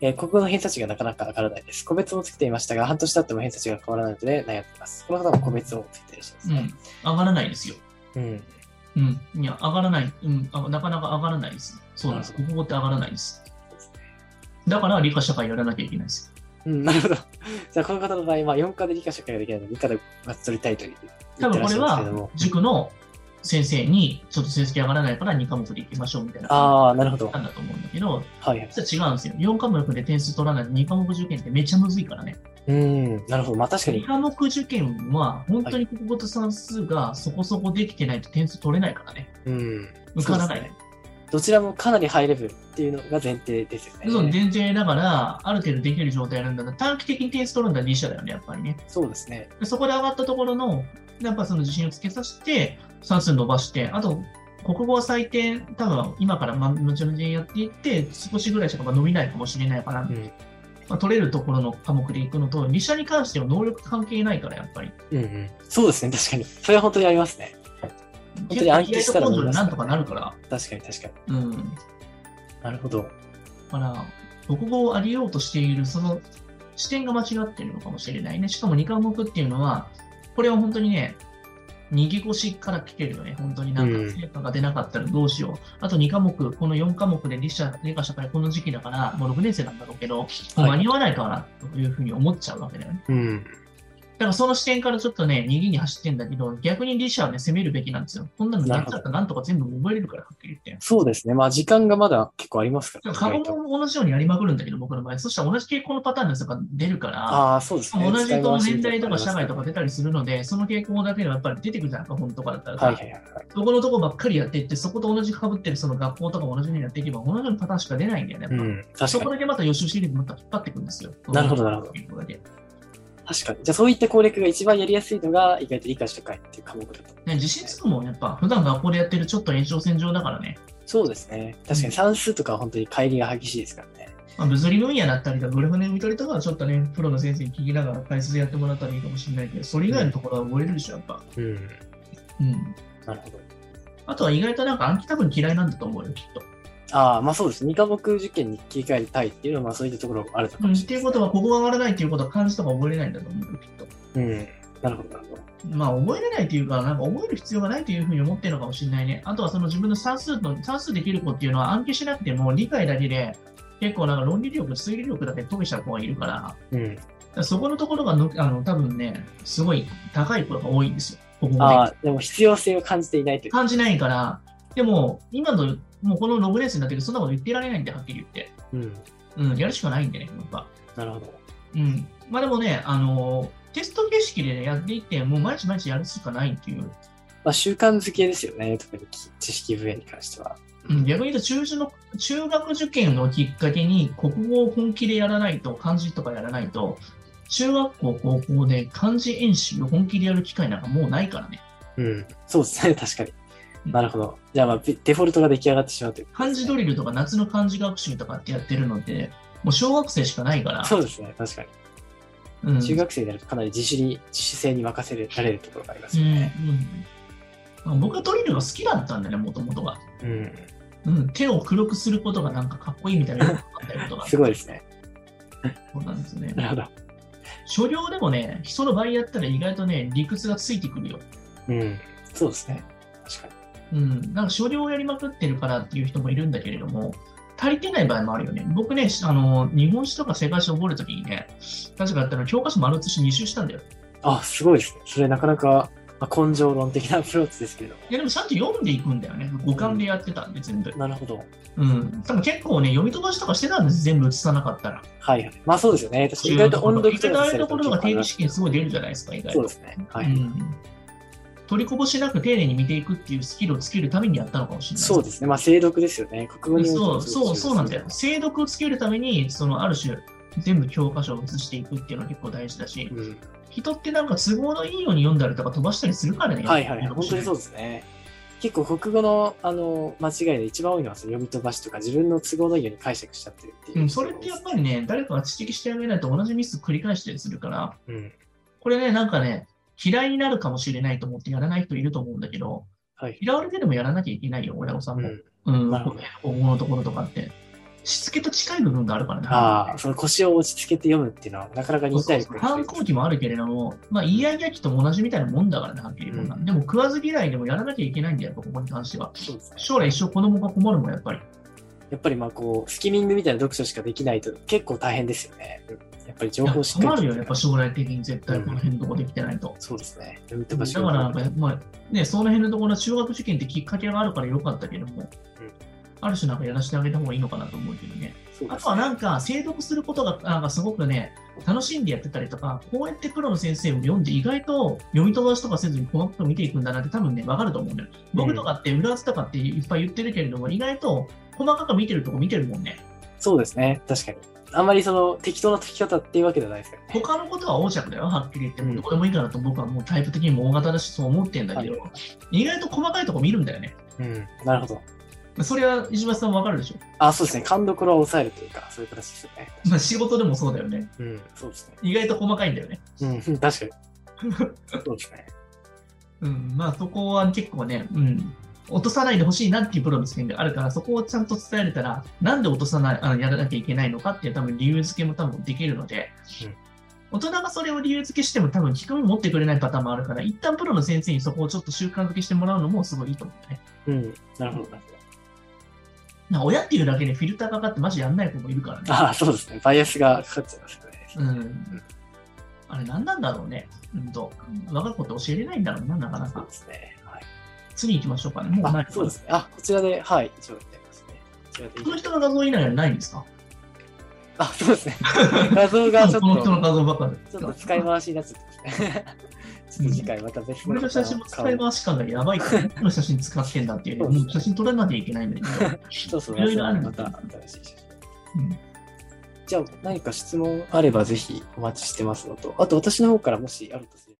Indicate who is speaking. Speaker 1: えー国語の偏差値がなかなか上がらないです。個別もつけていましたが、半年経っても偏差値が変わらないので悩んでいます。この方も個別をつけていらっしゃいます
Speaker 2: う
Speaker 1: ね。
Speaker 2: ん、上がらないですよ。
Speaker 1: うん。
Speaker 2: うん、いや、上がらない、うん、あなかなか上がらないです。そうなんです。国語って上がらないです。だから理科社会やらなきゃいけないです。
Speaker 1: うん、なるほど。 じゃあ、この方の場合は、4科で理科社会ができないので、理科でがっつりたいと言
Speaker 2: 多
Speaker 1: って
Speaker 2: 分
Speaker 1: ら
Speaker 2: こ
Speaker 1: っし
Speaker 2: れ
Speaker 1: ゃいますけど
Speaker 2: は
Speaker 1: も。
Speaker 2: 塾の先生にちょっと成績上がらないから2科目で行きましょうみたいな
Speaker 1: ああ、なるほど。
Speaker 2: な
Speaker 1: は
Speaker 2: んだと思うんだけど、
Speaker 1: いはい。
Speaker 2: 実は違うんですよ。4科目で点数取らないと2科目受験ってめちゃむずいからね。
Speaker 1: うん、なるほど。まあ、確か
Speaker 2: 2
Speaker 1: に。
Speaker 2: 科目受験は本当に国語と算数がそこそこできてないと点数取れないからね。
Speaker 1: うん。
Speaker 2: 受からない。
Speaker 1: そうですねどちらもかなりハイレベルっていうのが前提ですよね。
Speaker 2: そう、前提だから、ある程度できる状態なんだな短期的に点数取るんだら2社だよね、やっぱりね。
Speaker 1: そうですね。
Speaker 2: でそこで上がったところの、やっぱその自信をつけさせて、算数伸ばして、あと、国語は採点、多分今からま後々やっていって、少しぐらいしか伸びないかもしれないから、
Speaker 1: うん。
Speaker 2: まあ、取れるところの科目でいくのと、2社に関しては能力関係ないから、やっぱり。
Speaker 1: うんうん。そうですね。確かに。それは本当にありますね。当に暗記したら
Speaker 2: 結構気合と
Speaker 1: 伸び
Speaker 2: 根性
Speaker 1: ま
Speaker 2: ですなんとかなるから。
Speaker 1: 確かに確かに。
Speaker 2: うん。
Speaker 1: なるほど。
Speaker 2: だから、国語をありようとしている、その視点が間違ってるのかもしれないね。しかも2科目っていうのは、これは本当にね、右腰から来てるよね。本当になん
Speaker 1: うん
Speaker 2: か成果が出なかったらどうしよう。あと2科目、この4科目で理科理科社会この時期だから、もう6年生なんだろうけど、もう間に合わないからというふうに思っちゃうわけだよね。
Speaker 1: うん。
Speaker 2: だからその視点からちょっとね、右に走ってんだけど、逆に理社はね、攻めるべきなんですよ。こんなの
Speaker 1: なる
Speaker 2: やっ
Speaker 1: ほ
Speaker 2: ち
Speaker 1: ど
Speaker 2: ゃったらなんとか全部覚えれるから、はっきり言って。
Speaker 1: そうですね。まあ、時間がまだ結構ありますから、
Speaker 2: 過
Speaker 1: 意
Speaker 2: 去
Speaker 1: 外と
Speaker 2: も同じようにやりまくるんだけど、僕の場合。そしたら同じ傾向のパターンのやつが出るから、
Speaker 1: ああ、そうですね。
Speaker 2: 同じと年代とか
Speaker 1: 使
Speaker 2: 社
Speaker 1: い回しみたいなの
Speaker 2: 会と
Speaker 1: が
Speaker 2: か出たりするので、その傾向だけではやっぱり出てくるじゃんか、本とかだったらさ、
Speaker 1: ありますね。はいはいはいはい。
Speaker 2: そこのとこばっかりやっていって、そこと同じかぶってるその学校とかも同じようにやっていけば、同じようなパターンしか出ないんだよね。やっぱ
Speaker 1: うん。確
Speaker 2: そ
Speaker 1: か
Speaker 2: こ
Speaker 1: に。
Speaker 2: だけまた予習シリーズまた引っ張っていくんですよ。
Speaker 1: なるほどなるほど
Speaker 2: 傾向だけ
Speaker 1: 確かに。じゃあ、そういった攻略が一番やりやすいのが、意外と理科社会っていう科目だと。
Speaker 2: ね、自信つくもんやっぱ、普段学校でやってるちょっと延長線上だからね。
Speaker 1: そうですね。確かに算数とかは本当に乖離が激しいですからね。
Speaker 2: まあ、物理分野だったりとか、グラフの読み取りとかはちょっとね、プロの先生に聞きながら解説やってもらったらいいかもしれないけど、それ以外のところは覚えれるでしょ、やっぱ。
Speaker 1: うん。
Speaker 2: うん。
Speaker 1: なるほど。
Speaker 2: あとは意外となんか暗記多分嫌いなんだと思うよ、きっと。
Speaker 1: ああ、まあそうです。二科目受験に切り替えたいっていうのは、まあそういったところもあるのか
Speaker 2: うん、
Speaker 1: も
Speaker 2: っ
Speaker 1: してれ
Speaker 2: い
Speaker 1: な
Speaker 2: う
Speaker 1: い
Speaker 2: ことは、ここが上がらないっていうことは漢字とか覚えれないんだと思うよ、きっと。
Speaker 1: うん。なるほど、なるほど。
Speaker 2: まあ、覚えれないというか、なんか覚える必要がないというふうに思ってるのかもしれないね。あとはその自分の算数の、算数できる子っていうのは暗記しなくても理解だけで、結構なんか論理力、推理力だけ飛びした子がいるから、だか
Speaker 1: うん。
Speaker 2: らそこのところがの、あの、多分ね、すごい高い子が多いんですよ。ここ
Speaker 1: あ
Speaker 2: まで
Speaker 1: あ、でも必要性を感じていないという。
Speaker 2: 感じないから、でも、今の、もうこの6年生になってるけどそんなこと言ってられないんで、はっきり言って。
Speaker 1: うん。
Speaker 2: うん、やるしかないんでね、やっぱ。
Speaker 1: なるほど。
Speaker 2: うん。まあでもね、あのーテスト形式で、ね、やっていって、もう毎日毎日やるしかないっていう。
Speaker 1: まあ習慣づけですよね。特に知識分野に関しては。
Speaker 2: うん、逆に言うと中学の、中学受験をきっかけに、国語を本気でやらないと、漢字とかやらないと、中学校、高校で漢字演習を本気でやる機会なんかもうないからね。
Speaker 1: うん。そうですね。確か
Speaker 2: う
Speaker 1: に。
Speaker 2: ん
Speaker 1: なるほど。じゃあ、まあ、デデフォルトが出来上がってしまうということ
Speaker 2: 漢
Speaker 1: です
Speaker 2: 字
Speaker 1: ね、
Speaker 2: ドリルとか夏の漢字学習とかってやってるので、もう小学生しかないから、
Speaker 1: そうですね。確かに。
Speaker 2: うん、
Speaker 1: 中学生になるとかなり自主に、自主性に任せられるところがあります
Speaker 2: う
Speaker 1: よ
Speaker 2: んうん
Speaker 1: ね。
Speaker 2: まあ僕はドリルが好きだったんだよね、もともとが。
Speaker 1: うん。
Speaker 2: うん、手を黒くすることがなんかかっこいいみたいなのがあったり とか、
Speaker 1: すごいですね。
Speaker 2: そうなんですね。
Speaker 1: なるほど。
Speaker 2: 所領でもね、人の倍やったら意外とね、理屈がついてくるよ。
Speaker 1: うん。そうですね。確かに。
Speaker 2: うん、なんか所領をやりまくってるからっていう人もいるんだけれども、足りてない場合もあるよね。僕ね、あの日本史とか世界史を覚えるときにね、確かあったの教科書丸写し2周したんだよ。
Speaker 1: あ、すごいですね。それなかなか、まあ、根性論的なアプローチですけれども。
Speaker 2: いやでもちゃんと読んでいくんだよね。五感でやってたんで、全部。
Speaker 1: なるほど。
Speaker 2: うん。多分結構ね、読み飛ばしとかしてたんです、全部写さなかったら。
Speaker 1: はいはい。まあそうですよね。確かに意外と音読
Speaker 2: 意外
Speaker 1: と
Speaker 2: と
Speaker 1: か
Speaker 2: ああ
Speaker 1: さ
Speaker 2: い
Speaker 1: せ
Speaker 2: う
Speaker 1: る
Speaker 2: ところが
Speaker 1: 結構
Speaker 2: 定
Speaker 1: あ
Speaker 2: 義
Speaker 1: る
Speaker 2: 試験すごい出るじゃないですか、意外
Speaker 1: そう
Speaker 2: と
Speaker 1: で。すね。はい。
Speaker 2: うん取りこぼしなく丁寧に見ていくっていうスキルをつけるためにやったのかもしれない。
Speaker 1: そうですね。まあ、精読ですよね。国語に
Speaker 2: そ
Speaker 1: お
Speaker 2: う
Speaker 1: いても
Speaker 2: そうそうなんだよ。
Speaker 1: です
Speaker 2: 精読をつけるために、そのある種、全部教科書を写していくっていうのは結構大事だし
Speaker 1: よ、ね。
Speaker 2: 人ってなんか都合のいいように読んだりとか飛ばしたりするから
Speaker 1: う
Speaker 2: ね。
Speaker 1: ん、はいはいはい。本当にそうですね。結構国語のあの間違いで一番多いのはその読み飛ばしとか自分の都合のいいように解釈しちゃってるっていう。
Speaker 2: うん、それってやっぱりね、誰かが指摘してあげないと同じミス繰り返したりするから、
Speaker 1: うん。
Speaker 2: これね、なんかね、嫌いになるかもしれないと思ってやらない人いると思うんだけど、
Speaker 1: はい。
Speaker 2: 嫌われてでもやらなきゃいけないよ、親御さん
Speaker 1: う
Speaker 2: も。
Speaker 1: ん。
Speaker 2: うん、
Speaker 1: なるほど
Speaker 2: 今後のところとかって。しつけと近い部分があるからね。
Speaker 1: ああ、その腰を落ち着けて読むっていうのは、なかなか
Speaker 2: そ
Speaker 1: 忍
Speaker 2: うそ
Speaker 1: 耐
Speaker 2: う
Speaker 1: 力
Speaker 2: そう
Speaker 1: が必要
Speaker 2: 反抗期もあるけれども、まあ、言い合い焼きと同じみたいなもんだからね、はっきり言うとな
Speaker 1: うん
Speaker 2: でも食わず嫌いでもやらなきゃいけないんだよ、やっぱここに関しては。
Speaker 1: そうですね
Speaker 2: 将来一生子供が困るもん、やっぱり。
Speaker 1: やっぱりまあこう、スキミングみたいな読書しかできないと結構大変ですよね。やっぱり情
Speaker 2: いや
Speaker 1: 報をしっか
Speaker 2: 困
Speaker 1: り
Speaker 2: るよ、やっぱ将来的に絶対この辺のとこできてないと。
Speaker 1: そうですね。読み
Speaker 2: だ
Speaker 1: 飛ばし
Speaker 2: からなんか、まあね、その辺のところの中学受験ってきっかけがあるからよかったけども、ある種なんかやらせてあげた方がいいのかなと思うけどね。
Speaker 1: そう
Speaker 2: あ
Speaker 1: です
Speaker 2: とはなんか、精読することがなんかすごくね、楽しんでやってたりとか、こうやってプロの先生も読んで、意外と読み飛ばしとかせずにこのこと見ていくんだなって多分ね、わかると思うんだよ。僕とかって裏圧とかっていっぱい言ってるけれども、意外と細かく見てるとこ見てるもんね。
Speaker 1: そうですね。確かに。あんまりその適当な解き方っていうわけではないですからね。
Speaker 2: 他のことは横着だよ、はっきり言って。
Speaker 1: うん
Speaker 2: どこでもいいかなと僕はもうタイプ的にも大型だし、そう思ってんだけど、意外と細かいとこ見るんだよね。
Speaker 1: うん。なるほど。
Speaker 2: それは石橋さんわかるでしょ。
Speaker 1: あ、そうですね。勘どころを抑えるというか、そういう形ですよね。
Speaker 2: まあ仕事でもそうだよね。
Speaker 1: うん。そうですね。
Speaker 2: 意外と細かいんだよね。
Speaker 1: うん。確かに。そうですね。
Speaker 2: うん、まあそこは結構ね、うん、落とさないでほしいなっていうプロの視点があるから、そこをちゃんと伝えれたら、なんで落とさない、あのやらなきゃいけないのかっていう多分理由付けも多分できるので、
Speaker 1: うん
Speaker 2: 大人がそれを理由付けしても多分聞く持ってくれないパターンもあるから、一旦プロの先生にそこをちょっと習慣付けしてもらうのもすごいいいと思うね。
Speaker 1: うん。なるほど。なるほど
Speaker 2: なんか親っていうだけでフィルターかかってマジやんない子もいるからね。
Speaker 1: ああ、そうですね。バイアスがかかっちゃいますよね。
Speaker 2: うん。あれ何なんだろうね。うんと、我が子って教えれないんだろうな、なかな
Speaker 1: そう
Speaker 2: か。
Speaker 1: ですね。はい。
Speaker 2: 次行きましょうかね。もうない
Speaker 1: あ、そうですね。あ、こちらで、はい。以上になりますね。こちらでいい
Speaker 2: この人の画像以外はないんですか
Speaker 1: あ、そうですね。画像がちょっ
Speaker 2: この人の
Speaker 1: と、
Speaker 2: 画像ばっかり。
Speaker 1: ちょっと使い回しになっちゃってますね。 ちょっと次回また別
Speaker 2: 俺の写真も使い回し感がやばい から、どの写真使ってんだっていうね、もう写真撮らなきゃいけないんだけ ど。
Speaker 1: そうそう、
Speaker 2: いろいろあるんだ
Speaker 1: また新しい写真。
Speaker 2: うん
Speaker 1: じゃあ、何か質問あればぜひお待ちしてますのと、あと私の方からもしあるとすれば